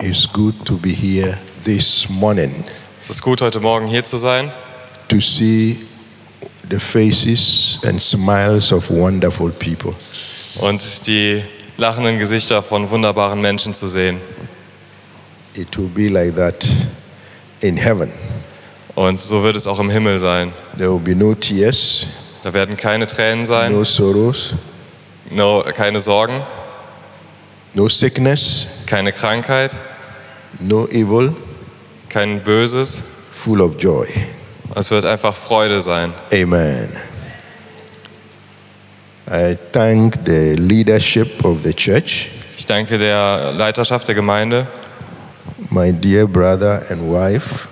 It's good to be here this morning Es ist gut, heute Morgen hier zu sein, to see the faces and smiles of wonderful people. und die lachenden Gesichter von wunderbaren Menschen zu sehen. It will be like that in heaven. Und so wird es auch im Himmel sein. There will be no tears, Da werden keine Tränen sein, no sorrows, no, keine Sorgen, no sickness, keine Krankheit, no evil, kein Böses. full of joy. Es wird einfach Freude sein. Amen. I thank the leadership of the church, Ich danke der Leiterschaft der Gemeinde, my dear brother and wife,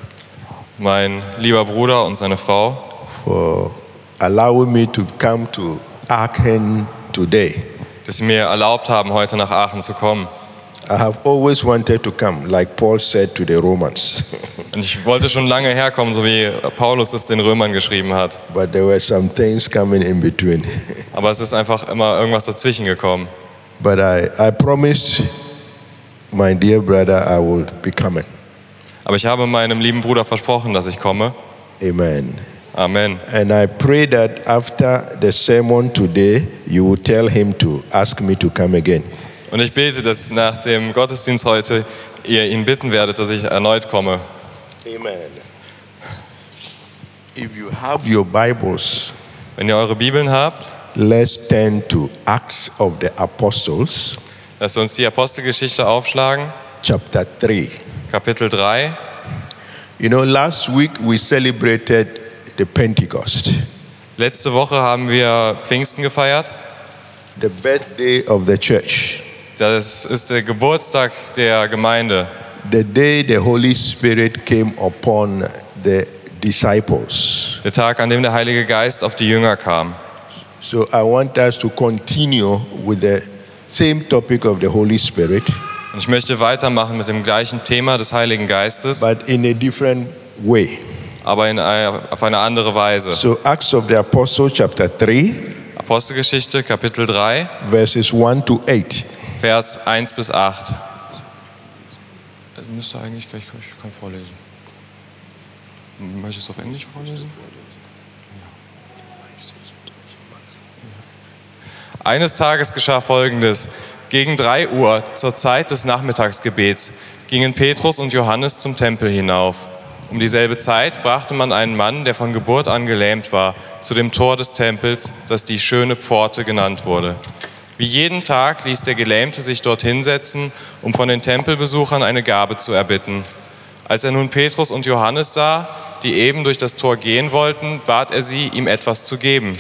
mein lieber Bruder und seine Frau, for allowing me to come to Aachen today. dass sie mir erlaubt haben, heute nach Aachen zu kommen. I have always wanted to come, like Paul said to the Romans, Und ich wollte schon lange herkommen, so wie Paulus es den Römern geschrieben hat. but there were some things coming in between. Aber es ist einfach immer irgendwas dazwischen gekommen. but I, I promised my dear brother I would be coming. Aber ich habe meinem lieben Bruder versprochen, dass ich komme. Amen. Amen. And I pray that after the sermon today, you will tell him to ask me to come again. Und ich bete, dass nach dem Gottesdienst heute ihr ihn bitten werdet, dass ich erneut komme. Amen. If you have your Bibles, Wenn ihr eure Bibeln habt, let's turn to Acts of the Apostles, lasst uns die Apostelgeschichte aufschlagen, chapter 3. Kapitel 3. You know, last week we celebrated the Pentecost, Letzte Woche haben wir Pfingsten gefeiert. the birthday of the church, Das ist der Geburtstag der Gemeinde, the day the Holy Spirit came upon the disciples. der Tag, an dem der Heilige Geist auf die Jünger kam. So I want us to continue with the same topic of the Holy Spirit, Und ich möchte weitermachen mit dem gleichen Thema des Heiligen Geistes, but in a different way. aber in, einer- auf eine andere Weise. So Acts of the Apostles chapter 3 Apostelgeschichte, Kapitel 3, verses 1 to 8. Vers 1 bis 8. Das müsste eigentlich gleich, ich kann vorlesen. Möchtest du auf Englisch vorlesen? Eines Tages geschah Folgendes. Gegen drei Uhr, zur Zeit des Nachmittagsgebets, gingen Petrus und Johannes zum Tempel hinauf. Um dieselbe Zeit brachte man einen Mann, der von Geburt an gelähmt war, zu dem Tor des Tempels, das die schöne Pforte genannt wurde. Wie jeden Tag ließ der Gelähmte sich dort hinsetzen, um von den Tempelbesuchern eine Gabe zu erbitten. Als er nun Petrus und Johannes sah, die eben durch das Tor gehen wollten, bat er sie, ihm etwas zu geben.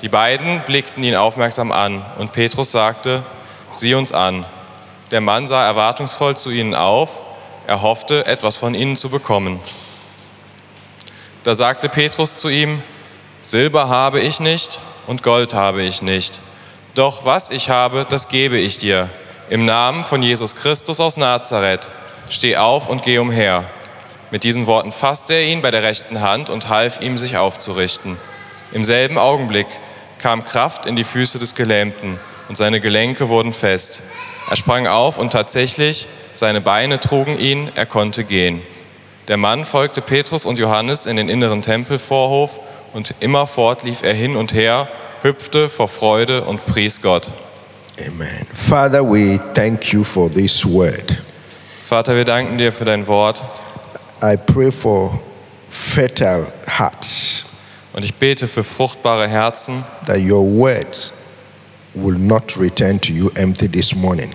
Die beiden blickten ihn aufmerksam an und Petrus sagte, sieh uns an. Der Mann sah erwartungsvoll zu ihnen auf, er hoffte, etwas von ihnen zu bekommen. Da sagte Petrus zu ihm, Silber habe ich nicht und Gold habe ich nicht. Doch was ich habe, das gebe ich dir. Im Namen von Jesus Christus aus Nazareth. Steh auf und geh umher. Mit diesen Worten fasste er ihn bei der rechten Hand und half ihm, sich aufzurichten. Im selben Augenblick kam Kraft in die Füße des Gelähmten und seine Gelenke wurden fest. Er sprang auf und tatsächlich, seine Beine trugen ihn, er konnte gehen. Der Mann folgte Petrus und Johannes in den inneren Tempelvorhof und immerfort lief er hin und her, hüpfte vor Freude und pries Gott. Amen. Father, we thank you for this word. Vater, wir danken dir für dein Wort I pray for fertile hearts und ich bete für fruchtbare Herzen, that your word will not return to you empty this morning.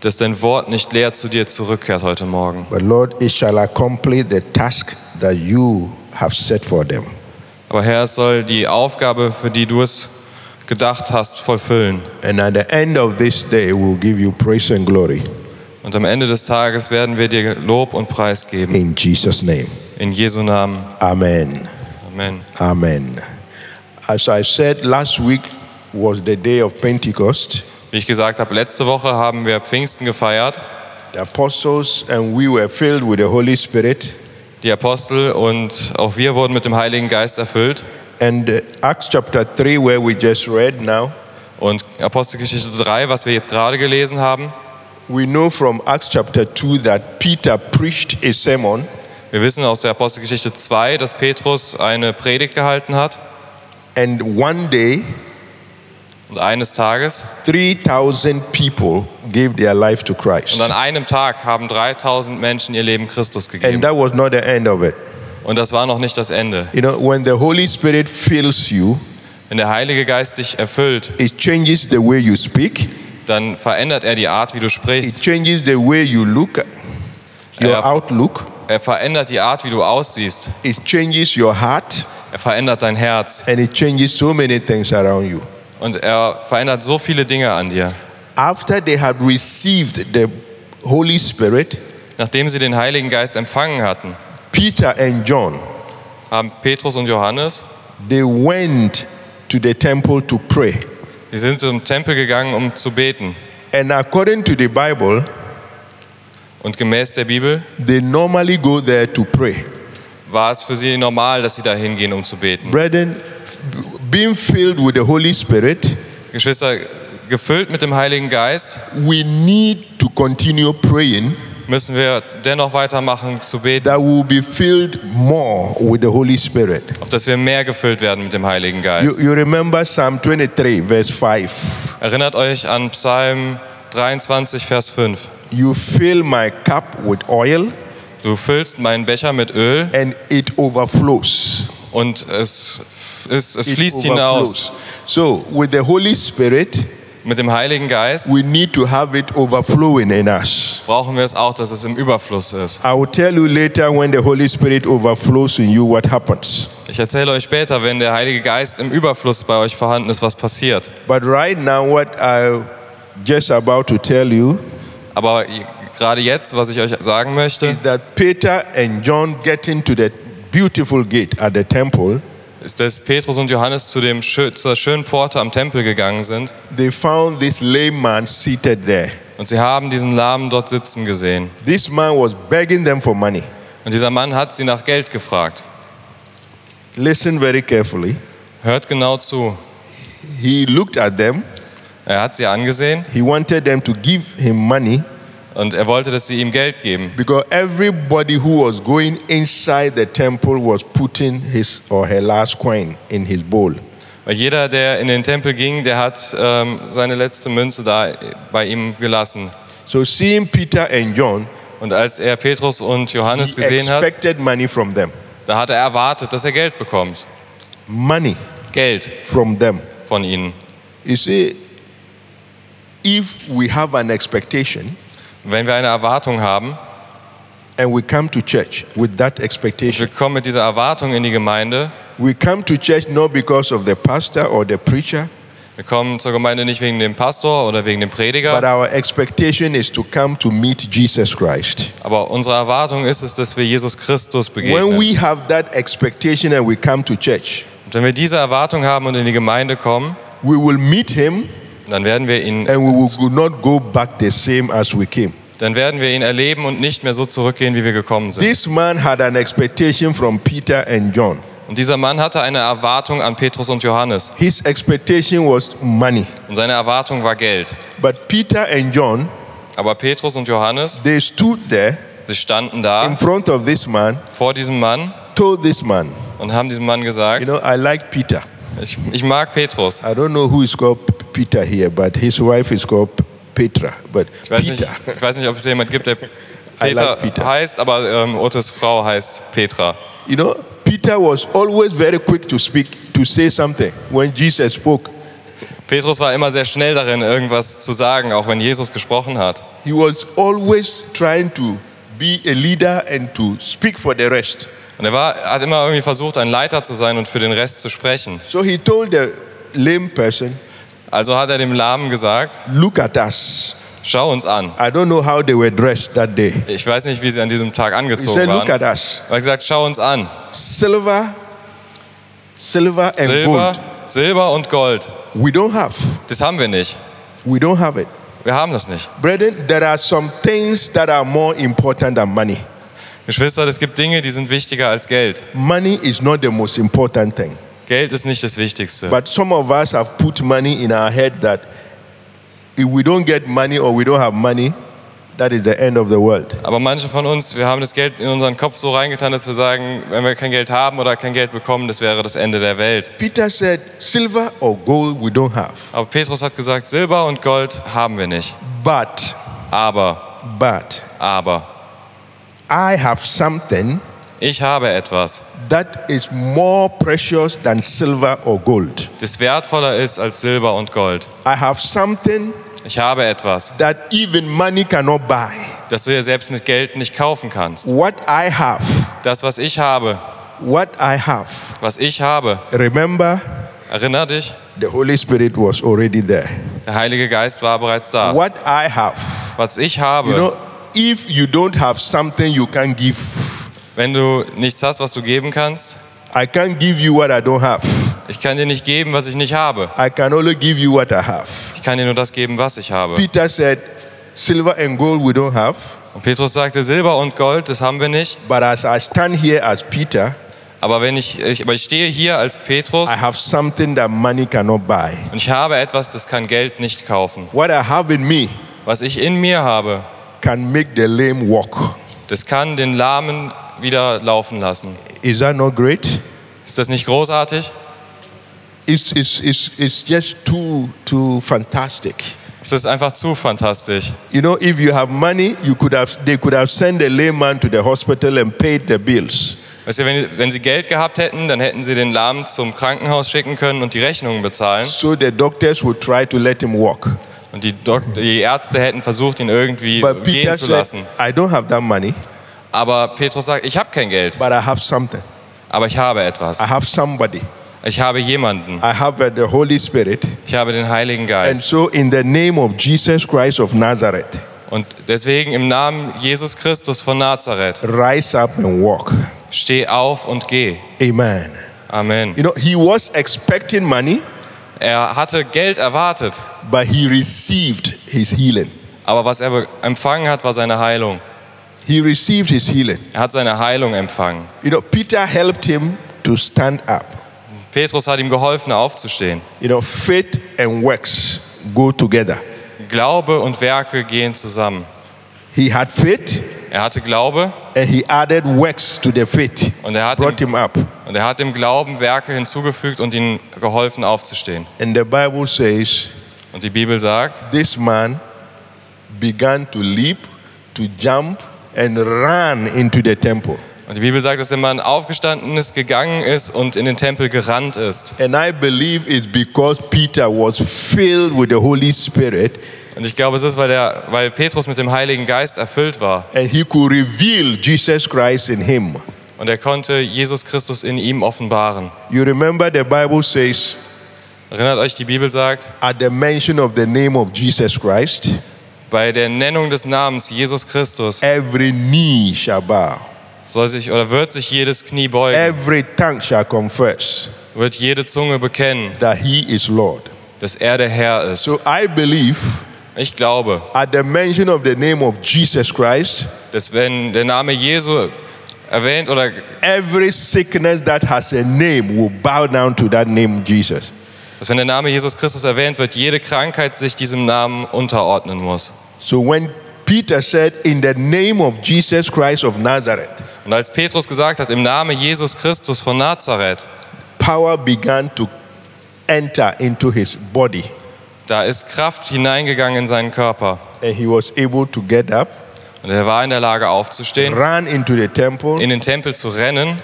dass dein Wort nicht leer zu dir zurückkehrt heute Morgen, But Lord, it shall accomplish the task that you have set for them. aber Herr, es soll die Aufgabe, für die du es gedacht hast, vollfüllen. And at the end of this day, we'll give you praise and glory. Und am Ende des Tages werden wir dir Lob und Preis geben. In Jesus' name. In Jesu Namen. Amen. Amen. Amen. As I said, last week was the day of Pentecost. Wie ich gesagt habe, letzte Woche haben wir Pfingsten gefeiert. The apostles and we were filled with the Holy Spirit. Die Apostel und auch wir wurden mit dem Heiligen Geist erfüllt. And uh, Acts chapter 3, where we just read now, Und Apostelgeschichte 3, was wir jetzt gerade gelesen haben, We know from Acts chapter 2 that Peter preached a sermon Wir wissen aus der Apostelgeschichte 2, dass Petrus eine Predigt gehalten hat and one day und eines Tages 3000 people gave their life to Christ. und an einem Tag haben 3000 Menschen ihr Leben Christus And gegeben. that was not the end of it. Und das war noch nicht das Ende. You know, when the Holy Spirit fills you, Wenn der Heilige Geist dich erfüllt, it changes the way you speak, dann verändert er die Art, wie du it sprichst. changes the way you look, your Yeah. outlook, Er verändert die Art, wie du aussiehst. it changes your heart, Er verändert dein Herz. and it changes so many things around you. Und er verändert so viele Dinge an dir. After they had received the Holy Spirit, Nachdem sie den Heiligen Geist empfangen hatten, Peter and John, haben Petrus und Johannes, they went to the temple to pray. die sind zum Tempel gegangen, um zu beten. And according to the Bible, Und gemäß der Bibel they normally go there to pray. war es für sie normal, dass sie da hingehen, um zu beten. Brethren, being filled with the Holy Spirit, Geschwister, gefüllt mit dem Heiligen Geist we need to continue praying müssen wir dennoch weitermachen zu beten, that we will be filled more with the Holy Spirit. auf dass wir mehr gefüllt werden mit dem Heiligen You, Geist. you remember Psalm 23, verse 5. Erinnert euch an Psalm 23, Vers 5. You fill my cup with oil Du füllst meinen Becher mit Öl and it overflows. und es, es, es It fließt hinaus. So, with the Holy Spirit, Mit dem Heiligen Geist we need to have it overflowing in us. brauchen wir es auch, dass es im Überfluss ist. I will tell you later when the Holy Spirit overflows in you what happens. Ich erzähle euch später, wenn der Heilige Geist im Überfluss bei euch vorhanden ist, was passiert. But right now, what I'm just about to tell you Aber gerade jetzt, was ich euch sagen möchte, is that Peter and John get into the beautiful gate at the temple. ist, dass Petrus und Johannes zu dem schö zur schönen Pforte am Tempel gegangen sind They found this lame man seated there. und sie haben diesen Lahmen dort sitzen gesehen. This man was begging them for money. Und dieser Mann hat sie nach Geld gefragt. Listen very carefully. Hört genau zu. He looked at them. Er hat sie angesehen He wanted them to give him money und er wollte, dass sie ihm Geld geben, because everybody who was going inside the temple was putting his or her last coin in his bowl. weil jeder, der in den Tempel ging, der hat ähm, seine letzte Münze da bei ihm gelassen. So seeing Peter and John, Und als er Petrus und he Johannes gesehen hat, expected money from them. da hat er erwartet, dass er Geld bekommt. Money Geld from them. von ihnen. You see, if we have an expectation Wenn wir eine Erwartung haben, and we come to church with that wir expectation, kommen mit dieser Erwartung in die Gemeinde, we come to church not because of the pastor or the preacher, Wir kommen zur Gemeinde nicht wegen dem Pastor oder wegen dem but Prediger, our expectation is to come to meet Jesus Christ. aber unsere Erwartung ist es, dass wir Jesus Christus begegnen. uh, When we have that expectation and we come to church, Und wenn wir diese Erwartung haben und in die Gemeinde kommen, we will meet him dann werden wir ihn, and we will not go back the same as we came. dann werden wir ihn erleben und nicht mehr so zurückgehen, wie wir gekommen sind. This man had an expectation from Peter and John. Und dieser Mann hatte eine Erwartung an Petrus und Johannes His expectation was money. und seine Erwartung war Geld. But Peter and John, Aber Petrus und Johannes, they stood there sie standen in da front of this man, vor diesem Mann told this man, und haben diesem Mann you gesagt, know, I like Peter. ich, ich mag Petrus. I don't know who is called P- Peter here, but his wife is called P- Petra. But Ich weiß, nicht, Peter, ich weiß nicht, ob es jemand gibt, der I Peter, like Peter. heißt, aber ähm, Otis Frau heißt Petra. you know, Peter was always very quick to speak, to say something when Jesus spoke. Petrus war immer sehr schnell darin, irgendwas zu sagen, auch wenn Jesus gesprochen hat. He was always trying to be a leader and to speak for the rest. Und er war, hat immer irgendwie versucht, ein Leiter zu sein und für den Rest zu sprechen. So he told the lame person, Also hat er dem Lahmen gesagt, Look at us. schau uns an. I don't know how they were dressed that day. He Ich weiß nicht, wie sie an diesem Tag angezogen said, Look waren. at us. Er hat gesagt, schau uns an. Silver, silver and Silber, gold. Silber und Gold. We don't have. Das haben wir nicht. We don't have it. Wir haben das nicht. Brethren, there are some things that are more important than money. Geschwister, es gibt Dinge, die sind wichtiger als Geld. Money is not the most important thing. Geld ist nicht das Wichtigste. But some of us have put money in our head that if we don't get money or we don't have money, that is the end of the world. Aber manche von uns, wir haben das Geld in unseren Kopf so reingetan, dass wir sagen, wenn wir kein Geld haben oder kein Geld bekommen, das wäre das Ende der Welt. Peter said, Silver or gold we don't have, Aber Petrus hat gesagt, Silber und Gold haben wir nicht. but, Aber, but aber, I have something ich habe etwas, that is more precious than silver or gold. das wertvoller ist als Silber und Gold. I have something Ich habe etwas, that even money cannot buy. das du dir selbst mit Geld nicht kaufen kannst. What I have, Das, was ich habe, what I have. was ich habe, Remember, erinner dich, the Holy Spirit was already there. der Heilige Geist war bereits da. What I have. Was ich You habe, know, if you don't have something you can give, wenn du nichts hast, was du geben kannst, I can't give you what I don't have. ich kann dir nicht geben, was ich nicht habe. I can only give you what I have. Ich kann dir nur das geben, was ich habe. Peter said, Silver and gold we don't have, Und Petrus sagte, Silber und Gold, das haben wir nicht. but as I stand here as Peter, Aber wenn ich, ich, aber ich stehe hier als Petrus I have something that money cannot buy. und ich habe etwas, das kann Geld nicht kaufen. What I have in me Was ich in mir habe, can make the lame walk. das kann den Lahmen wieder laufen lassen. Is that not great? Ist das nicht großartig? It's, it's, it's, it's just too, too fantastic. Es ist einfach zu fantastisch. You know, if you have money, you could have, they could have sent the layman to the hospital and paid the bills. Weißt du, wenn, wenn sie Geld gehabt hätten, dann hätten sie den Lahmen zum Krankenhaus schicken können und die Rechnungen bezahlen. So the doctors would try to let him walk. Und die, Dok die Ärzte hätten versucht, ihn irgendwie But gehen Peter zu said, lassen. I don't have that money, Aber Petrus sagt, ich habe kein Geld, but I have something. aber ich habe etwas. I have somebody. Ich habe jemanden. I have uh, the Holy Spirit. Ich habe den Heiligen And Geist. so, in the name of Jesus Christ of Nazareth, Und deswegen im Namen Jesus Christus von Nazareth, rise up and walk. steh auf und geh. Amen. Amen. You know, he was expecting money, Er hatte Geld erwartet, but he received his healing. aber was er be- empfangen hat, war seine Heilung. He received his healing. Er hat seine Heilung empfangen. You know, Peter helped him to stand up. Petrus hat ihm geholfen, aufzustehen. You know, faith and works go together. Glaube und Werke gehen zusammen. He had faith Er hatte Glaube and he added works to the faith, und er hat, brought dem, him up. und er hat dem Glauben Werke hinzugefügt und ihm geholfen, aufzustehen. And the Bible says Und die Bibel sagt, this man began to leap, to jump, and ran into the temple. und die Bibel sagt, dass der Mann aufgestanden ist, gegangen ist und in den Tempel gerannt ist. And I believe it's because Peter was filled with the Holy Spirit Und ich glaube, es ist, weil, der, weil Petrus mit dem Heiligen Geist erfüllt war. and he could reveal Jesus Christ in him. Und er konnte Jesus Christus in ihm offenbaren. You remember the Bible says, Erinnert euch, die Bibel sagt, at the mention of the name of Jesus Christ, bei der Nennung des Namens Jesus Christus every knee shall bow. soll sich oder wird sich jedes Knie beugen, Every tongue shall confess wird jede Zunge bekennen, that he is Lord. dass er der Herr ist. So I believe Ich glaube, at the mention of the name of Jesus Christ, dass wenn der Name Jesu erwähnt oder every sickness that has a name will bow down to that name Jesus. dass wenn der Name Jesus Christus erwähnt wird, jede Krankheit sich diesem Namen unterordnen muss. So when Peter said, In the name of Jesus Christ of Nazareth, Und als Petrus gesagt hat, im Namen Jesus Christus von Nazareth, power began to enter into his body da ist Kraft hineingegangen in seinen Körper. and he was able to get up, Und er war in der Lage aufzustehen, ran into the temple. in den Tempel zu rennen.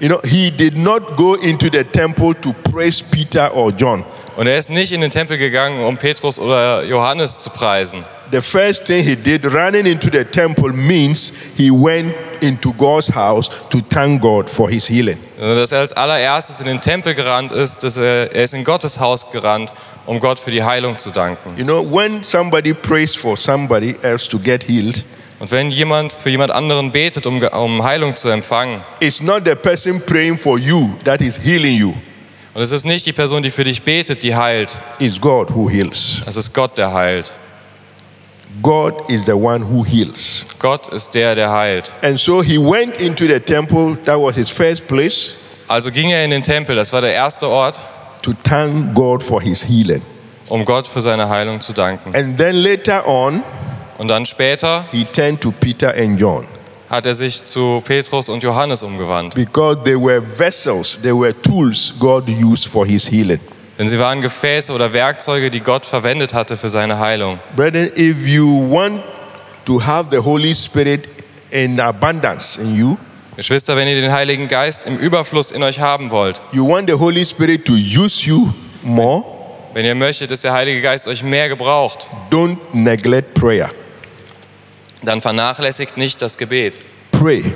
You know, he did not go into the temple to praise Peter or John. Und er ist nicht in den Tempel gegangen, um Petrus oder Johannes zu preisen. The first thing he did running into the temple means he went into God's house to thank God for his healing. Sondern dass er als allererstes in den Tempel gerannt ist, dass er, er ist in Gottes Haus gerannt, um Gott für die Heilung zu danken. You know, when somebody prays for somebody else to get healed, Und wenn jemand für jemand anderen betet, um, Ge- um Heilung zu empfangen, it's not the person praying for you that is healing you, und es ist nicht die Person, die für dich betet, die heilt, it's God who heals. es ist Gott, der heilt. God is the one who heals. Gott ist der, der heilt. And so he went into the temple, that was his first place, Also ging er in den Tempel, das war der erste Ort, to thank God for his healing. um Gott für seine Heilung zu danken. And then later on, Und dann später he turned to Peter and John hat er sich zu Petrus und Johannes umgewandt. because they were vessels, they were tools God used for his healing. Denn sie waren Gefäße oder Werkzeuge, die Gott verwendet hatte für seine Heilung. Brethren, if you want to have the Holy Spirit in abundance in you, Geschwister, wenn ihr den Heiligen Geist im Überfluss in euch haben wollt, you want the Holy Spirit to use you more, wenn ihr möchtet, dass der Heilige Geist euch mehr gebraucht, don't neglect prayer. dann vernachlässigt nicht das Gebet. Pray,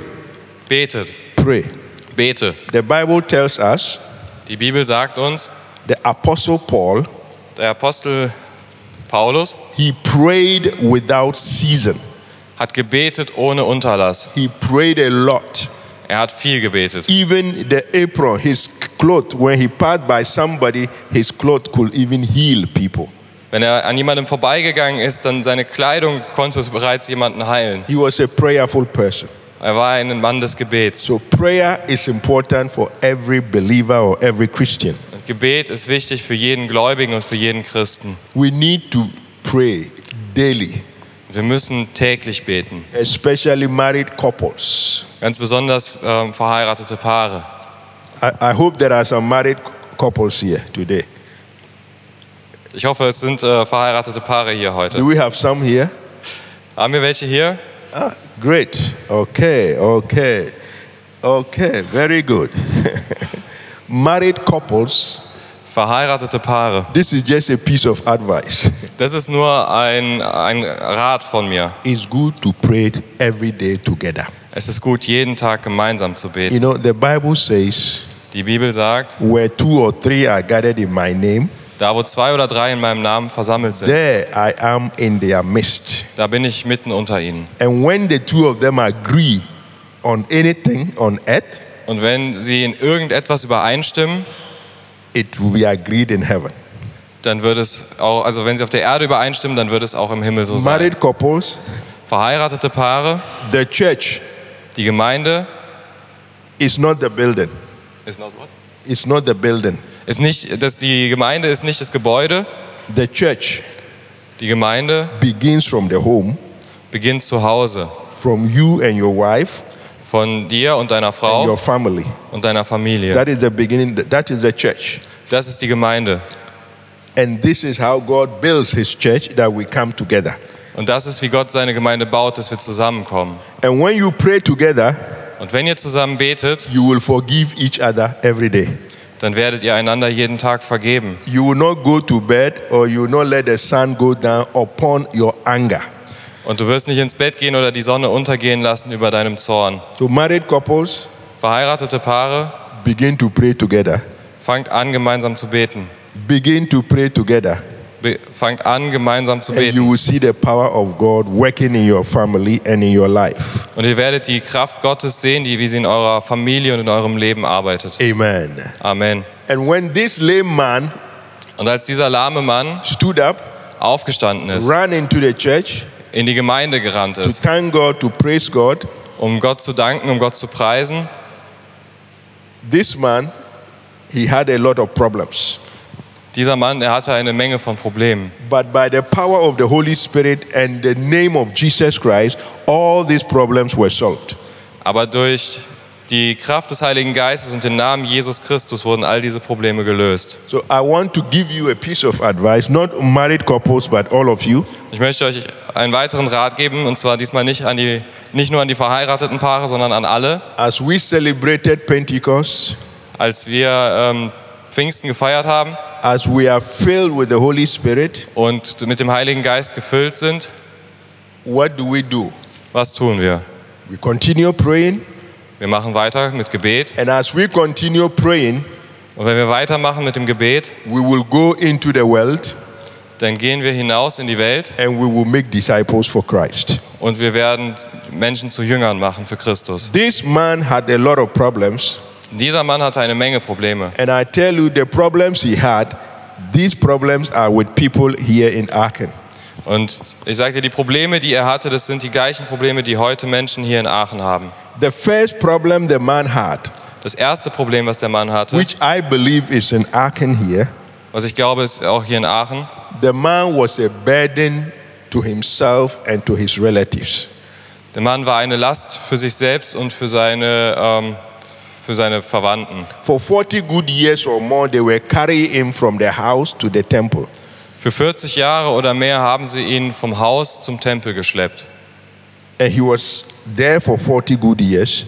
Betet, pray. bete. The Bible tells us, Die Bibel sagt uns, the Apostle Paul, der Apostel Paulus he prayed without season. hat gebetet ohne Unterlass. He prayed a lot. Er hat viel gebetet. Even the apron, his cloth, when he passed by somebody, his cloth could even heal people. Wenn er an jemandem vorbeigegangen ist, dann seine Kleidung konnte es bereits jemanden heilen. He was a prayerful person. Er war ein Mann des Gebets. So prayer is important for every believer or every Christian. Und Gebet ist wichtig für jeden Gläubigen und für jeden Christen. We need to pray daily, Wir müssen täglich beten, especially married couples. ganz besonders ähm, verheiratete Paare. I, I hope there are some married cou- couples here today. Ich hoffe, es sind äh, verheiratete Paare hier heute. Do we have some here? Haben wir welche hier? Ah, great. Okay, okay, okay. Very good. married couples, Verheiratete Paare. this is just a piece of advice. Das ist nur ein, ein Rat von mir. It's good to pray every day together. Es ist gut, jeden Tag gemeinsam zu beten. You know, the Bible says, Die Bibel sagt, where two or three are gathered in my name, da wo zwei oder drei in meinem Namen versammelt sind, There I am in their midst. da bin ich mitten unter ihnen. And when the two of them agree on anything on earth, Und wenn sie in irgendetwas übereinstimmen, it will be agreed in heaven. dann wird es auch, also wenn sie auf der Erde übereinstimmen, dann wird es auch im Himmel so sein. Married couples, Verheiratete Paare, the church die Gemeinde is not the building. ist, not what? It's not the building. ist nicht, das, die Gemeinde ist nicht das Gebäude. The church Die Gemeinde begins from the home, beginnt zu Hause, from you and your wife von dir und deiner and your Frau family. und deiner Familie. That is the beginning, that is the church. Das ist die Gemeinde. And this is how God builds his church that we come together. Und das ist, wie Gott seine Gemeinde baut, dass wir zusammenkommen. And when you pray together, Und wenn ihr zusammen betet, you will forgive each other every day. dann werdet ihr einander jeden Tag vergeben. You will not go to bed or you will not let the sun go down upon your anger. Und du wirst nicht ins Bett gehen oder die Sonne untergehen lassen über deinem Zorn. So, married couples, Verheiratete Paare, begin to pray together. fangt an, gemeinsam zu beten. Begin to pray together. Be fangt an, gemeinsam zu And you beten. will see the power of God working in your family and in your life. Und ihr werdet die Kraft Gottes sehen, die, wie sie in eurer Familie und in eurem Leben arbeitet. Amen. Amen. And when this lame man Und als dieser lahme Mann stood up, aufgestanden ist, ran into the church in die Gemeinde gerannt to ist, thank God, to praise God, um Gott zu danken, um Gott zu preisen, this man, he had a lot of problems. dieser Mann, er hatte eine Menge von Problemen. But by the power of the Holy Spirit and the name of Jesus Christ, all these problems were solved. Aber durch die Kraft des Heiligen Geistes und den Namen Jesus Christus wurden all diese Probleme gelöst. So I want to give you a piece of advice, not married couples, but all of you. Ich möchte euch einen weiteren Rat geben, und zwar diesmal nicht, an die, nicht nur an die verheirateten Paare, sondern an alle. As we celebrated Pentecost, Als wir ähm, Pfingsten gefeiert haben as we are filled with the Holy Spirit, und mit dem Heiligen Geist gefüllt sind, what do we do? was tun wir? We continue praying, Wir machen weiter mit Gebet. and as we continue praying, Und wenn wir weitermachen mit dem Gebet, we will go into the world dann gehen wir hinaus in die Welt and we will make disciples for Christ. und wir werden Menschen zu Jüngern machen für Christus. This man had a lot of problems, Dieser Mann hatte eine Menge Probleme. and I tell you, the problems he had, these problems are with people here in Aachen. Und ich sage dir, die Probleme, die er hatte, das sind die gleichen Probleme, die heute Menschen hier in Aachen haben. The first problem the man had, Das erste Problem, was der Mann hatte, which I believe is in Aachen here, was ich glaube, ist auch hier in Aachen, The man was a burden to himself and to his relatives. Der Mann war eine Last für sich selbst und für seine, ähm, für seine Verwandten. For 40 good years or more, they were carrying him from the house to the temple. Für 40 Jahre oder mehr haben sie ihn vom Haus zum Tempel geschleppt. And he was there for 40 good years.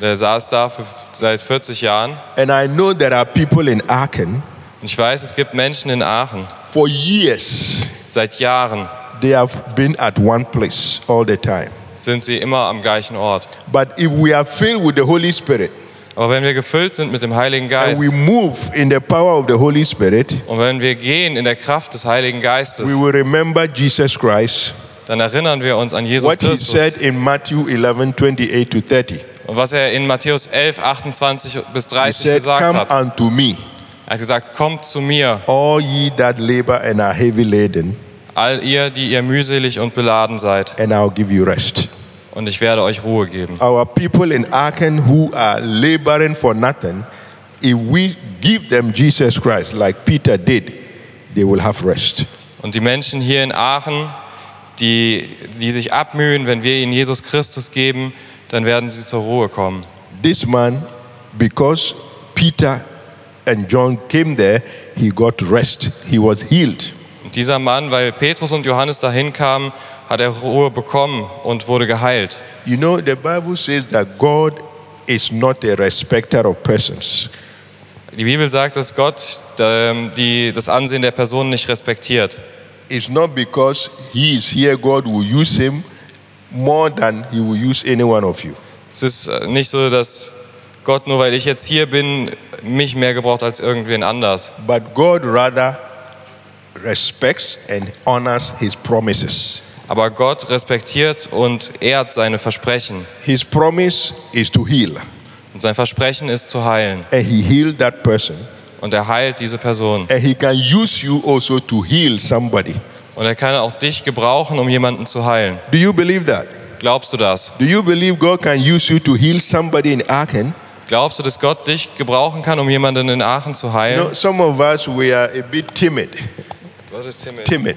Der saß da für, seit 40 Jahren. And I know there are people in Aachen, Und ich weiß, es gibt Menschen in Aachen, for years, seit Jahren they have been at one place all the time. sind sie immer am gleichen Ort. But if we are filled with the Holy Spirit Aber wenn wir gefüllt sind mit dem Heiligen and Geist we move in the power of the Holy Spirit, und wenn wir gehen in der Kraft des Heiligen we Geistes, will remember Jesus Christ, dann erinnern wir uns an Jesus what he Christus. said in Matthew 11 28 to 30. He Und was er in Matthäus 11, 28 bis 30 said, gesagt Come hat. unto me, Er hat gesagt, kommt zu mir, all ye that labor and are heavy laden, all ihr, die ihr mühselig und beladen seid, and I'll give you rest. und ich werde euch Ruhe geben. Our people in Aachen who are laboring for nothing, if we give them Jesus Christ like Peter did, they will have rest. Und die Menschen hier in Aachen, die, die sich abmühen, wenn wir ihnen Jesus Christus geben, dann werden sie zur Ruhe kommen. This man, because Peter and John came there, he got rest. He was healed. Und dieser Mann, weil Petrus und Johannes dahin kamen, hat er Ruhe bekommen und wurde geheilt. You know, the Bible says that God is not a respecter of persons. Die Bibel sagt, dass Gott ähm, die, das Ansehen der Person nicht respektiert. It's not because he is here, God will use him more than he will use any one of you. Es ist äh, nicht so, dass Gott, nur weil ich jetzt hier bin, mich mehr gebraucht als irgendwen anders. But God rather respects and honors his promises. Aber Gott respektiert und ehrt seine Versprechen. His promise is to heal, Und sein Versprechen ist zu heilen. and he healed that person. Und er heilt diese Person. And he can use you also to heal somebody. Und er kann auch dich gebrauchen, um jemanden zu heilen. Do you believe that? Glaubst du das? Do you believe God can use you to heal somebody in Aachen? Glaubst du, dass Gott dich gebrauchen kann, um jemanden in Aachen zu You heilen? know, some of us, we are a bit timid. Was ist timid? Timid.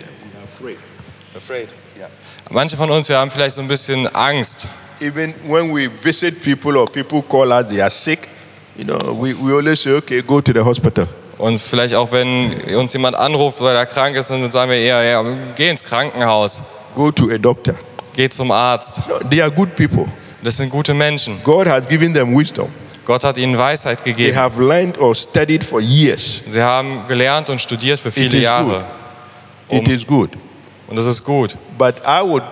Manche von uns, wir haben vielleicht so ein bisschen Angst. Even when we visit people or people call us, they are sick, you know, we, we always say, okay, go to the hospital. Und vielleicht auch, wenn uns jemand anruft, weil er krank ist, dann sagen wir eher, ja, geh ins Krankenhaus, Go to a doctor. geh zum Arzt. No, they are good people. Das sind gute Menschen. God has given them wisdom. Gott hat ihnen Weisheit They gegeben. have learned or studied for years. Sie haben gelernt und studiert für It viele is Jahre. It is good. Und das ist gut. But I would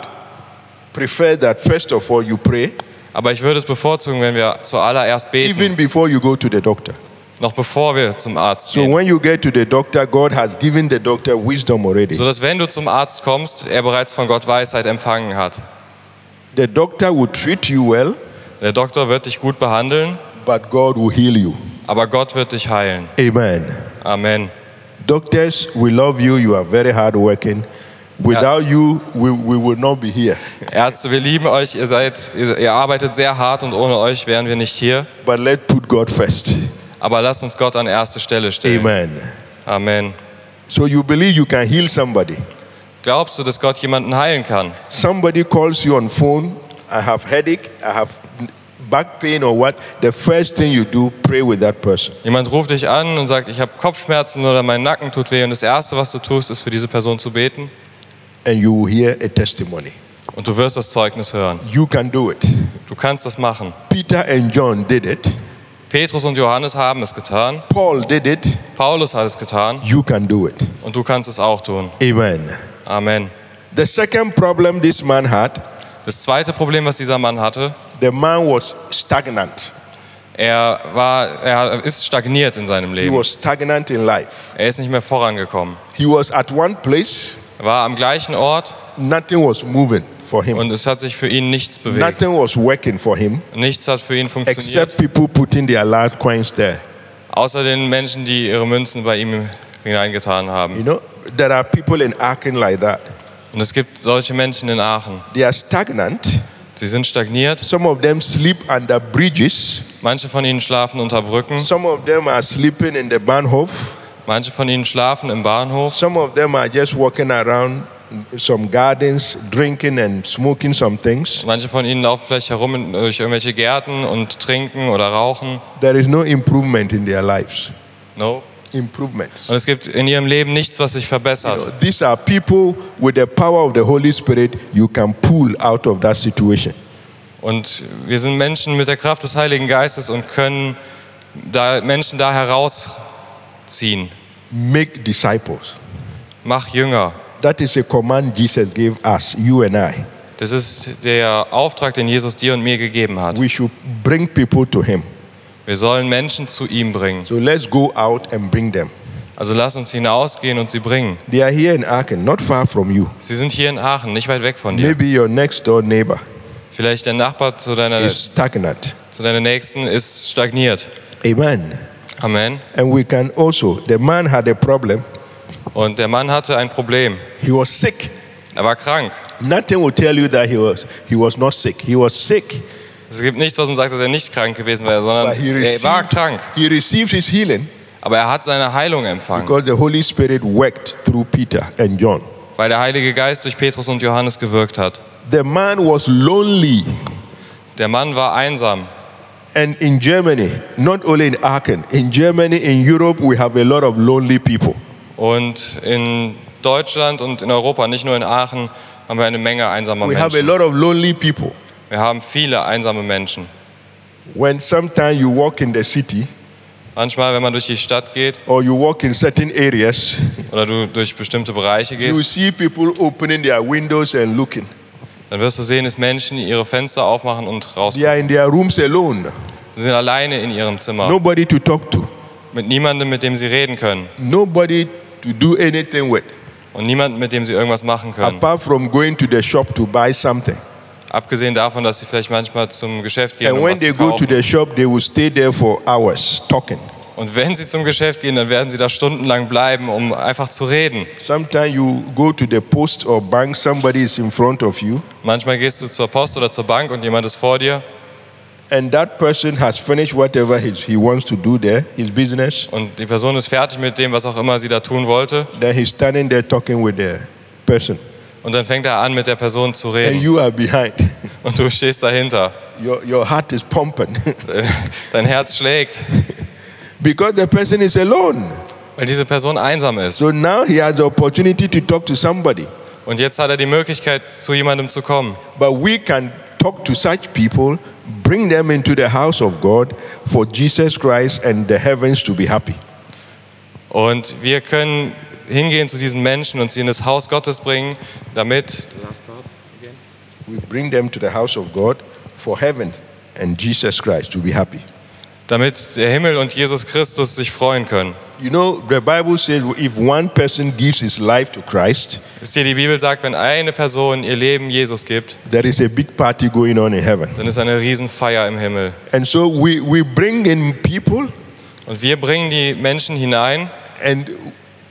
prefer that first of all you pray, Aber ich würde es bevorzugen, wenn wir zuallererst beten, even before you go to the doctor. noch bevor wir zum Arzt So gehen. when you get to the doctor, God has given the doctor wisdom already. Sodass, wenn du zum Arzt kommst, er bereits von Gott Weisheit empfangen hat. The doctor will treat you well, Der Doktor wird dich gut behandeln, but God will heal you. aber Gott wird dich heilen. Amen. Amen. Doctors, we love you. You are very hardworking. Without you, we, we will not be here. Ärzte, wir lieben euch, ihr, seid, ihr, ihr arbeitet sehr hart und ohne euch wären wir nicht hier. But let's put God first. Aber lasst uns Gott an erste Stelle stellen. Amen. Amen. So you believe you can heal somebody. Glaubst du, dass Gott jemanden heilen kann? Somebody calls you on phone. I have headache. I have back pain or what? The first thing you do, pray with that person. Jemand ruft dich an und sagt, ich habe Kopfschmerzen oder mein Nacken tut weh und das Erste, was du tust, ist für diese Person zu beten and you will hear a testimony. und du wirst das Zeugnis hören. You can do it. Du kannst das machen. Peter and John did it. Petrus und Johannes haben es getan, Paul did it. Paulus hat es getan You can do it. und du kannst es auch tun. Amen. Amen. The second problem this man had, Das zweite Problem, was dieser Mann hatte, the man was stagnant. er, war, er ist stagniert in seinem He Leben. was stagnant in life. Er ist nicht mehr vorangekommen. He was at one place, Er war am gleichen Ort nothing was moving for him. und es hat sich für ihn nichts bewegt. Nothing was working for him Nichts hat für ihn except funktioniert, people putting their last coins there. außer den Menschen, die ihre Münzen bei ihm hineingetan haben. You know, there are people in Aachen like that. Und es gibt solche Menschen in Aachen. They are stagnant. Sie sind stagniert. Some of them sleep under bridges. Manche von ihnen schlafen unter Brücken. Some of them are sleeping in the Bahnhof. Manche von ihnen schlafen im Bahnhof. Some of them are just walking around some gardens, drinking and smoking some things. Manche von ihnen laufen vielleicht herum in, durch irgendwelche Gärten und trinken oder rauchen. There is no improvement in their lives. No. Improvements. Und es gibt in ihrem Leben nichts, was sich verbessert. These are people with the power of the Holy Spirit you can pull out of that situation. Und wir sind Menschen mit der Kraft des Heiligen Geistes und können da Menschen da herausziehen. Make disciples. Mach Jünger. That is a command Jesus gave us, you and I. Das ist der Auftrag, den Jesus dir und mir gegeben hat. We should bring people to Him. Wir sollen Menschen zu ihm bringen. So let's go out and bring them. Also lass uns hinausgehen und sie bringen. They are here in Aachen, not far from you. Sie sind hier in Aachen, nicht weit weg von dir. Maybe your next door neighbor Vielleicht der Nachbar zu deiner, is stagnant. zu deiner Nächsten ist stagniert. Amen. Amen. And we can also, the man had a problem. Und der Mann hatte ein Problem. He was sick. Er war krank. Nothing will tell you that he was, he was not sick. He was sick. Es gibt nichts, was uns sagt, dass er nicht krank gewesen wäre, sondern But he er war krank. received, he received his healing Aber er hat seine Heilung empfangen, because the Holy Spirit worked through Peter and John. weil der Heilige Geist durch Petrus und Johannes gewirkt hat. The man was lonely. Der Mann war einsam. And in Germany, not only in Aachen, in Germany, in Europe, we have a lot of lonely people. Und in Deutschland und in Europa, nicht nur in Aachen, haben wir eine Menge einsamer We have a Menschen. lot of lonely people. Wir haben viele einsame Menschen. When sometimes you walk in the city Manchmal, wenn man durch die Stadt geht or you walk in certain areas, oder du durch bestimmte Bereiche you gehst, see people opening their windows and looking. dann wirst du sehen, dass Menschen ihre Fenster aufmachen und They rausgehen. are in their rooms alone, Sie sind alleine in ihrem Zimmer, nobody to talk to, mit niemandem, mit dem sie reden können nobody to do anything with, und niemandem, mit dem sie irgendwas machen können. apart from going to the shop to buy something. Abgesehen davon, dass sie vielleicht manchmal zum Geschäft gehen And um when was they zu go to kaufen. the shop, they will stay there for hours talking. Und wenn sie zum Geschäft gehen, dann werden sie da stundenlang bleiben, um einfach zu reden. Sometimes you go to the post or bank, somebody is in front of you, Manchmal gehst du zur Post oder zur Bank und jemand ist vor dir and that person has finished whatever his, he wants to do there, his business. und die Person ist fertig mit dem, was auch immer sie da tun wollte. Then he's standing there talking with the person, Und dann fängt er an, mit der Person zu and reden. you are behind. Und du stehst dahinter. Your, your heart is pumping Dein Herz schlägt, because the person is alone. weil diese Person einsam ist. So now he has the opportunity to talk to somebody. Und jetzt hat er die Möglichkeit, zu jemandem zu kommen. But we can talk to such people, bring them into the house of God for Jesus Christ and the heavens to be happy. Und wir können hingehen zu diesen Menschen und sie in das Haus Gottes bringen, damit We bring them to the house of God for heaven and Jesus Christ to be happy. damit der Himmel und Jesus Christus sich freuen können. You know, the Bible says if one person gives his life to Christ, Wisst ihr, die Bibel sagt, wenn eine Person ihr Leben Jesus gibt, there is a big party going on in heaven. dann ist eine Riesenfeier im Himmel. And so we, we bring in people Und wir bringen die Menschen hinein and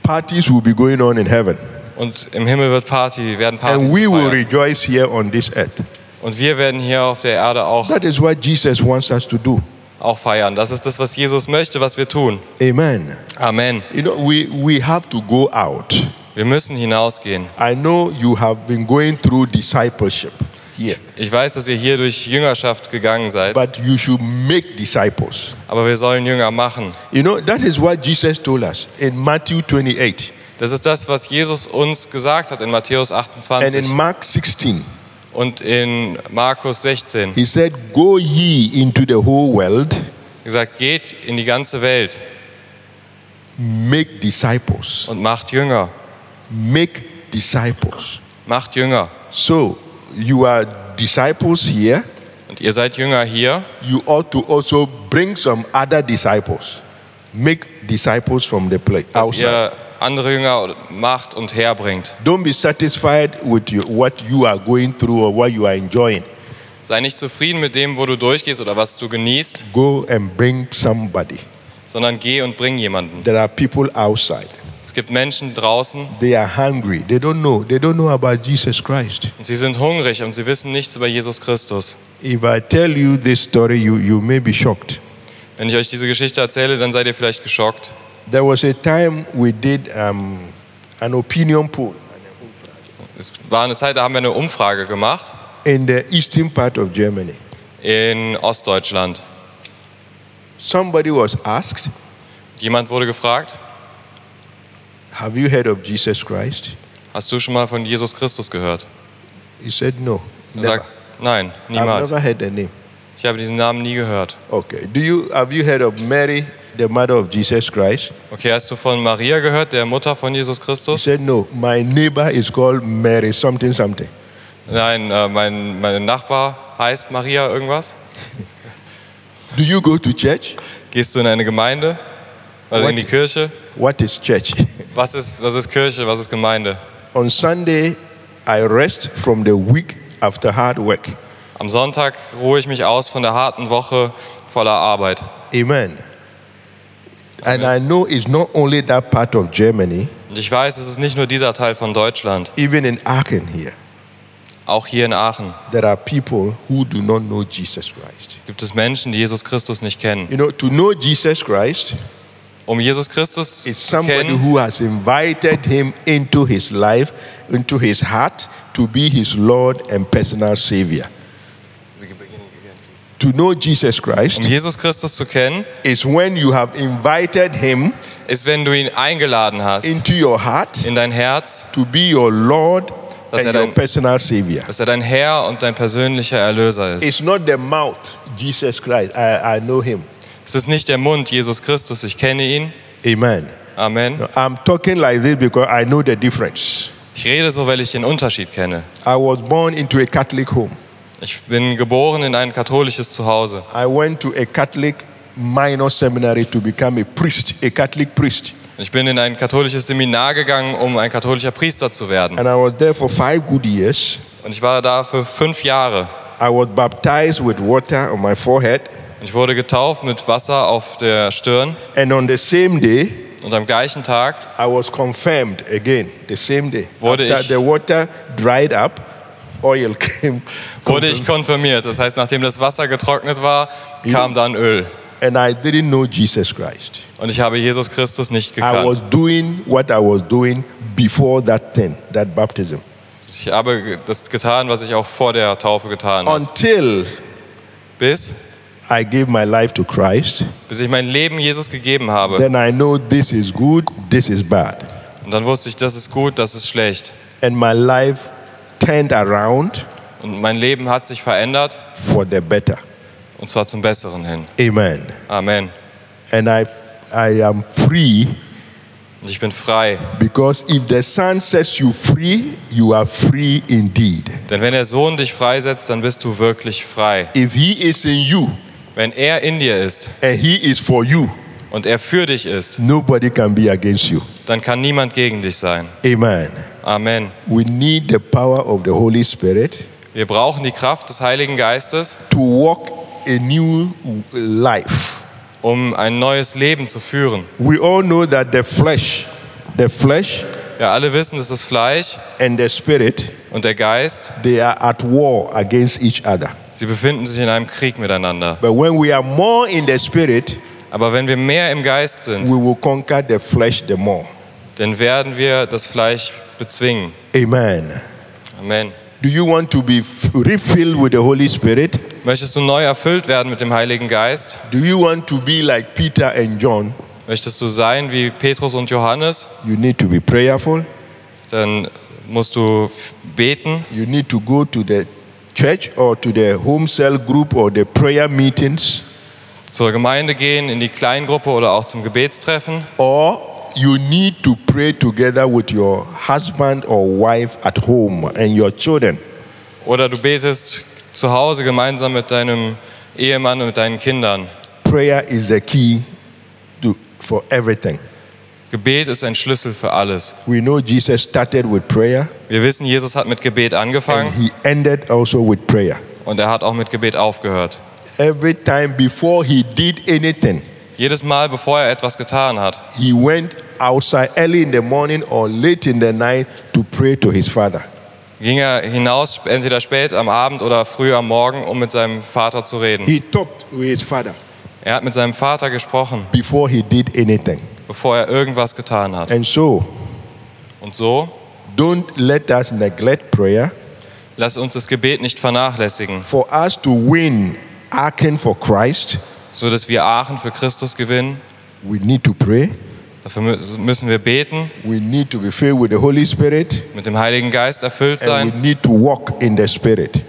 parties will be going on in heaven. und im Himmel wird Party, werden And Partys we will gefeiert. rejoice here on this earth. Und wir werden hier auf der Erde auch, That is what Jesus wants us to do. auch feiern. Das ist das, was Jesus möchte, was wir tun. Amen. Amen. You know, we, we have to go out. Wir müssen hinausgehen. I know you have been going through discipleship here, Ich weiß, dass ihr hier durch Jüngerschaft gegangen seid, but you should make disciples. aber wir sollen Jünger machen. You know, that is what Jesus told us in Matthew 28 Das ist das, was Jesus uns gesagt hat in Matthäus and in 28 Mark 16. und in Markus 16. He said, Go ye into the whole world, Er hat gesagt, geht in die ganze Welt make disciples. und macht Jünger. Make disciples. Macht Jünger. So, you are disciples here. Und ihr seid Jünger hier. You ought to also bring some other disciples. Make disciples from the place dass outside. ihr andere Jünger macht und herbringt. Don't be satisfied with you, what you are going through or what you are enjoying. Sei nicht zufrieden mit dem, wo du durchgehst oder was du genießt, Go and bring somebody. sondern geh und bring jemanden. There are people outside. Es gibt Menschen draußen They are hungry. They don't know. They don't know about Jesus Christ. und sie sind hungrig und sie wissen nichts über Jesus Christus. If I tell you this story, you, you may be shocked. Wenn ich euch diese Geschichte erzähle, dann seid ihr vielleicht geschockt. There was a time we did um, an opinion poll. Es war eine Zeit, da haben wir eine Umfrage gemacht in the eastern part of Germany. in Ostdeutschland. Somebody was asked, Jemand wurde gefragt, Have you heard of Jesus Christ? hast du schon mal von Jesus Christus gehört? He said, No. Er never. sagt, nein, I've niemals. never heard the name. Ich habe diesen Namen nie gehört. Okay. Do you have you heard of Mary, the mother of Jesus Christ? Okay, hast du von Maria gehört, der Mutter von Jesus He Christus? said, No. My neighbor is called Mary something something. Nein, äh, mein, mein Nachbar heißt Maria irgendwas. Do you go to church? Gehst du in eine Gemeinde? Also in die Kirche? What is church? Was ist, was ist Kirche? Was ist Gemeinde? On Sunday, I rest from the week after hard work. Am Sonntag ruhe ich mich aus von der harten Woche voller Arbeit. Amen. And I know it's not only that part of Germany, Und ich weiß, es ist nicht nur dieser Teil von Deutschland, even in Aachen here, auch hier in Aachen there are people who do not know Jesus Christ. gibt es Menschen, die Jesus Christus nicht kennen. You know, to know Jesus Christ Um Jesus Christus is zu somebody kennen, who has invited him into his life, into his heart, to be his Lord and personal Savior. To know Jesus um Christ Jesus Christus zu kennen, is when you have invited him ist, wenn du ihn eingeladen hast into your heart in dein Herz, to be your Lord Dass er and your dein- personal Savior. dass er dein Herr und dein persönlicher Erlöser ist. It's not the mouth, Jesus Christ. I, I know him. Es ist nicht der Mund, Jesus Christus, ich kenne ihn. Amen. Amen. I'm talking like this because I know the difference. Ich rede so, weil ich den Unterschied kenne. I was born into a Catholic home. Ich bin geboren in ein katholisches Zuhause. I went to a Catholic minor seminary to become a priest, a Catholic priest. Ich bin in ein katholisches Seminar gegangen, um ein katholischer Priester zu werden. And I was there for five good years. Und ich war da für fünf Jahre. I was baptized with water on my forehead. Ich wurde getauft mit Wasser auf der Stirn And on the same day, und am gleichen Tag I was confirmed again, the same day. Wurde After ich- the water dried up, oil came. wurde ich konfirmiert. Das heißt, nachdem das Wasser getrocknet war, kam dann Öl. And I didn't know Jesus Christ. Und ich habe Jesus Christus nicht I was gekannt. doing what I was doing before that thing, that baptism. Ich habe ge- das getan, was ich auch vor der Taufe getan habe. Until Bis, I gave my life to Christ, bis ich mein Leben Jesus gegeben habe. then I know this is good, this is bad. Und dann wusste ich, das ist gut, das ist schlecht. And my life turned around Und mein Leben hat sich verändert, for the better. und zwar zum Besseren hin. Amen. Amen. And I, I am free Und ich bin frei. because if the Son sets you free, you are free indeed. Denn wenn der Sohn dich freisetzt, dann bist du wirklich frei. If He is in you Wenn er in dir ist and He is for you, und er für dich ist, nobody can be against you. dann kann niemand gegen dich sein. Amen. Amen. We need the power of the Holy Spirit Wir brauchen die Kraft des Heiligen Geistes, to walk a new life. um ein neues Leben zu führen. We all know that the flesh, the flesh Wir alle wissen, dass das Fleisch and the spirit, und der Geist, they are at war against each other. sie befinden sich in einem Krieg miteinander. But when we are more in the spirit, Aber wenn wir mehr im Geist sind, we will conquer the flesh the more. dann werden wir das Fleisch bezwingen. Amen. Amen. Do you want to be f- refilled with the Holy Spirit? Möchtest du neu erfüllt werden mit dem Heiligen Geist? Do you want to be like Peter and John? Möchtest du sein wie Petrus und Johannes? You need to be prayerful. Dann musst du f- beten, You need to go to the church or to the home cell group or the prayer meetings. zur Gemeinde gehen, in die Kleingruppe oder auch zum Gebetstreffen. Or you need to pray together with your husband or wife at home and your children. Oder du betest zu Hause gemeinsam mit deinem Ehemann und mit deinen Kindern. Prayer is the key to, for everything. Gebet ist ein Schlüssel für alles. We know Jesus started with prayer Wir wissen, Jesus hat mit Gebet and angefangen he ended also with prayer. und er hat auch mit Gebet aufgehört. Every time before he did anything, Jedes Mal, bevor er etwas getan hat, he went outside early in the morning or late in the night to pray to his father. ging er hinaus, entweder spät am Abend oder früh am Morgen, um mit seinem Vater zu reden. He talked with his father Er hat mit seinem Vater gesprochen, before he did anything. bevor er irgendwas getan hat. And so, Und so Don't let us neglect prayer Lass uns das Gebet nicht vernachlässigen, for us to win Aachen for Christ. so dass wir Aachen für Christus gewinnen. We need to pray. Dafür mü- müssen wir beten, We need to be filled with the Holy Spirit. mit dem Heiligen Geist erfüllt And sein we need to walk in the Spirit.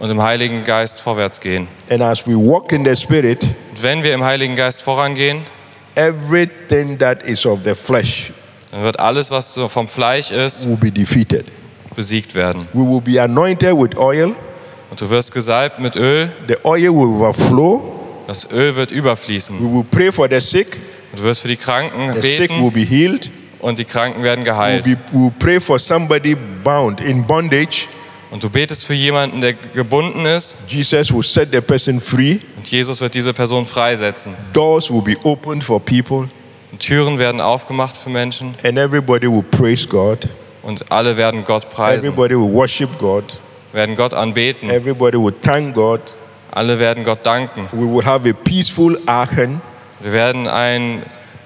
und im Heiligen Geist vorwärts gehen. And as we walk in the Spirit, Und wenn wir im Heiligen Geist vorangehen, everything that is of the flesh dann wird alles, was so vom Fleisch ist, will be defeated. besiegt werden. We will be anointed with oil. Und du wirst gesalbt mit Öl, The oil will overflow. das Öl wird überfließen. We will pray for the sick. Und du wirst für die Kranken The sick beten will be healed. und die Kranken werden We'll, geheilt. be, we'll pray for somebody bound in bondage. Und du betest für jemanden, der gebunden ist Jesus will set the person free. und Jesus wird diese Person freisetzen. Doors will be opened for people. Und Türen werden aufgemacht für Menschen And everybody will praise God. und alle werden Gott preisen, Everybody will worship God. werden Gott anbeten, Everybody will thank God. alle werden Gott danken. We will have a peaceful Aachen. Wir werden ein,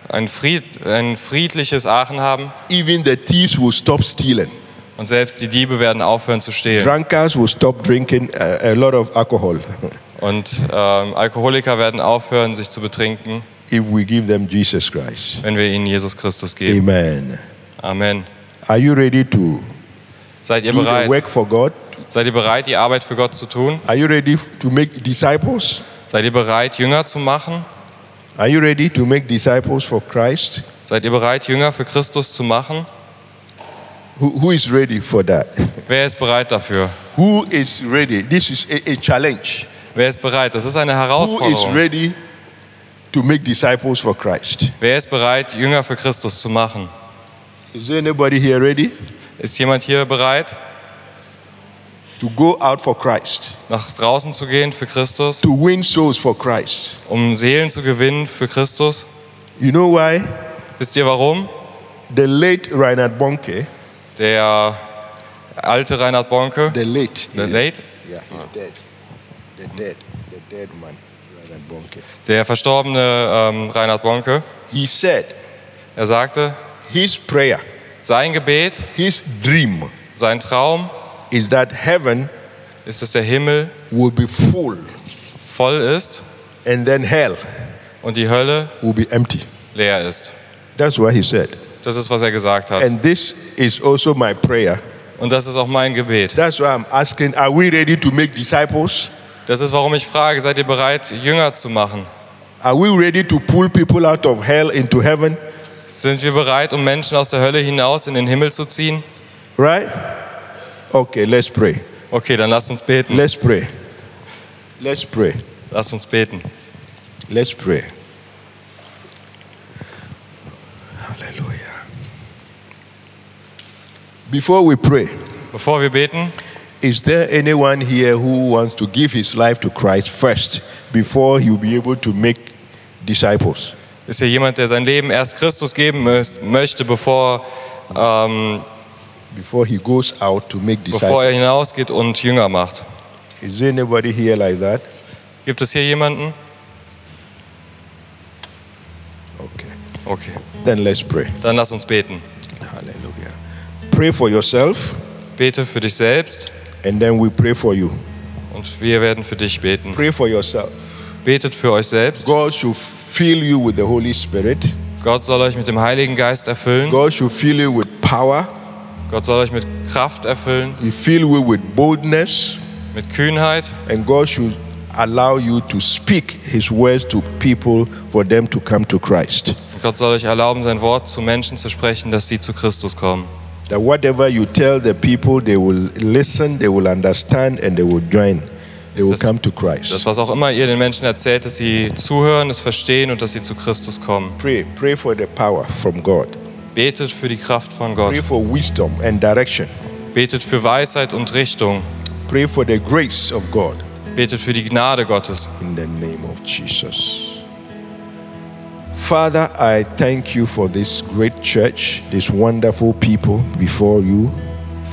ein, Fried, ein friedliches Aachen haben Even the thieves will stop stealing. und selbst die Diebe werden aufhören zu stehlen. Drunkards will stop drinking uh, a, a lot of alcohol Und ähm, Alkoholiker werden aufhören, sich zu betrinken, if we give them Jesus Christ. wenn wir ihnen Jesus Christus geben. Amen. Amen. Are you ready to Seid ihr do the bereit? work for God? Seid ihr bereit, die Arbeit für Gott zu tun? Are you ready to make disciples? Seid ihr bereit, Jünger zu machen? Are you ready to make disciples for Christ? Seid ihr bereit, Jünger für Christus zu machen? Who, who is ready for that? Wer ist bereit dafür? Who is ready? This is a, a challenge. Wer ist bereit? Das ist eine Who is Herausforderung. ready to make disciples for Christ? Wer ist bereit, Jünger für Christus zu machen? Is there anybody here ready Ist jemand hier bereit, to go out for Christ, nach draußen zu gehen für Christus, to win souls for Christ? um Seelen zu gewinnen für Christus? You know why? Wisst ihr warum? The late Reinhard Bonke, Der alte Reinhard Bonke, ne, the late, Ah. der late, yeah, the dead, the dead, the dead man, Reinhard Bonke. der verstorbene ähm, Reinhard Bonke, He said er sagte, his prayer, sein Gebet, his dream sein Traum is that heaven ist, dass der Himmel will be full voll ist and then hell und die Hölle will be empty. leer ist. That's what he said. Das ist, was er gesagt hat. And this is also my prayer. Und das ist auch mein Gebet. That's why I'm asking, are we ready to make disciples? Das ist, warum ich frage, seid ihr bereit, Jünger zu machen? Are we ready to pull people out of hell into heaven? Sind wir bereit, um Menschen aus der Hölle hinaus in den Himmel zu ziehen? Right? Okay, let's pray. Okay, dann lasst uns beten. Let's pray. Let's pray. Lasst uns beten. Let's pray. Hallelujah. Before we pray, Bevor wir beten, is there anyone here who wants to give his life to Christ first before he'll be able to make disciples? ist hier jemand, der sein Leben erst Christus geben mö- möchte, bevor, ähm, Before he goes out to make bevor disciples? er hinausgeht und Jünger macht. Is there anybody here like that? Gibt es hier jemanden? Okay. Okay, Then let's pray. dann lass uns beten. Hallelujah. Pray for yourself, Bete für dich selbst and then we pray for you. und wir werden für dich beten. Pray for yourself. Betet für euch selbst. God should fill you with the Holy Spirit. Gott soll euch mit dem Heiligen Geist erfüllen. God should fill you with power. Gott soll euch mit Kraft erfüllen, He fill you with boldness, mit Kühnheit. and God should allow you to speak His words to people for them to come to Christ. Und Gott soll euch erlauben, sein Wort zu Menschen zu sprechen, dass sie zu Christus kommen. That whatever you tell the people, they will listen, they will understand, and they will join. They will Das- come to Christ. Dass was auch immer ihr den Menschen erzählt, dass sie zuhören, es verstehen und dass sie zu Christus kommen. Pray, pray for the power from God. Betet für die Kraft von Gott. Pray for wisdom and direction. Betet für Weisheit und Richtung. Pray for the grace of God Betet für die Gnade Gottes. in the name of Jesus. Father, I thank you for this great church, this wonderful people before you.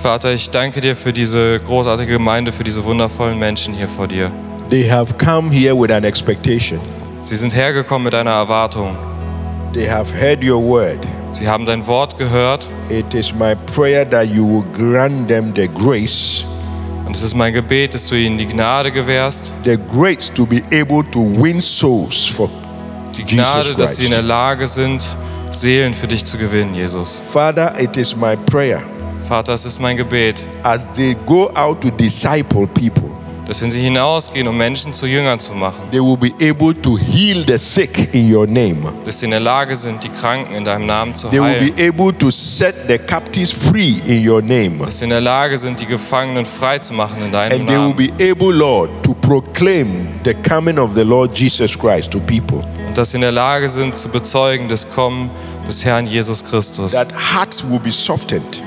Vater, ich danke dir für diese großartige Gemeinde, für diese wundervollen Menschen hier vor dir. They have come here with an expectation. Sie sind hergekommen mit einer Erwartung. They have heard your word. Sie haben dein Wort gehört It is my prayer that you will grant them the grace, und es ist mein Gebet, dass du ihnen die Gnade gewährst, the grace to be able to win souls for die Jesus Gnade, dass sie in der Christ. Lage sind, Seelen für dich zu gewinnen, Jesus. Father, it is my prayer Vater, es ist mein Gebet, as they go out to disciple people, dass wenn sie hinausgehen, um Menschen zu Jüngern zu machen, they will be able to heal the sick in your name. dass sie in der Lage sind, die Kranken in deinem Namen zu They will heilen, be able to set the captives free in your name. dass sie in der Lage sind, die Gefangenen frei zu machen in deinem And they will Namen be able, Lord, to proclaim the coming of the Lord Jesus Christ to people. und dass sie in der Lage sind, zu bezeugen das Kommen des Herrn Jesus Christus, That hearts will be softened.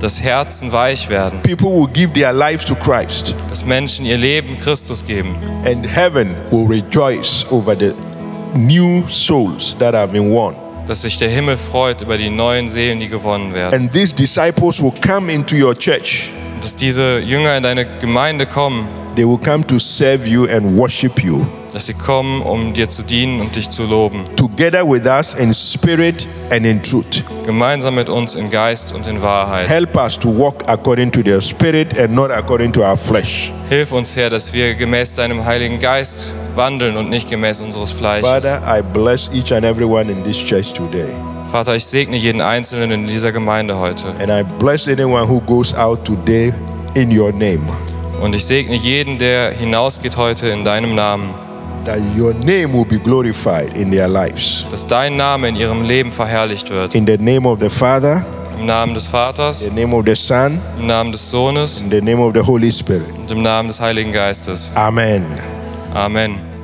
dass Herzen weich werden, People will give their lives to Christ. dass Menschen ihr Leben Christus geben And heaven will rejoice over the new souls that have been won. dass sich der Himmel freut über die neuen Seelen, die gewonnen werden. And these disciples will come into your church. Dass diese Jünger in deine Gemeinde kommen, They will come to serve you and worship you dass sie kommen, um dir zu dienen und dich zu loben. together with us in spirit and in truth. Gemeinsam mit uns in Geist und in Wahrheit. Help us to walk according to the spirit and not according to our flesh. Hilf uns, Herr, dass wir gemäß deinem Heiligen Geist wandeln und nicht gemäß unseres Fleisches. Father, I bless each and everyone in this church today. Vater, ich segne jeden Einzelnen in dieser Gemeinde heute. And I bless anyone who goes out today in your name. Und ich segne jeden, der hinausgeht heute in deinem Namen, That your name will be glorified in their lives. dass dein Name in ihrem Leben verherrlicht wird. In the name of the Father, Im Namen des Vaters, the name of the Son, im Namen des Sohnes in the name of the Holy Spirit. und im Namen des Heiligen Geistes. Amen. Amen.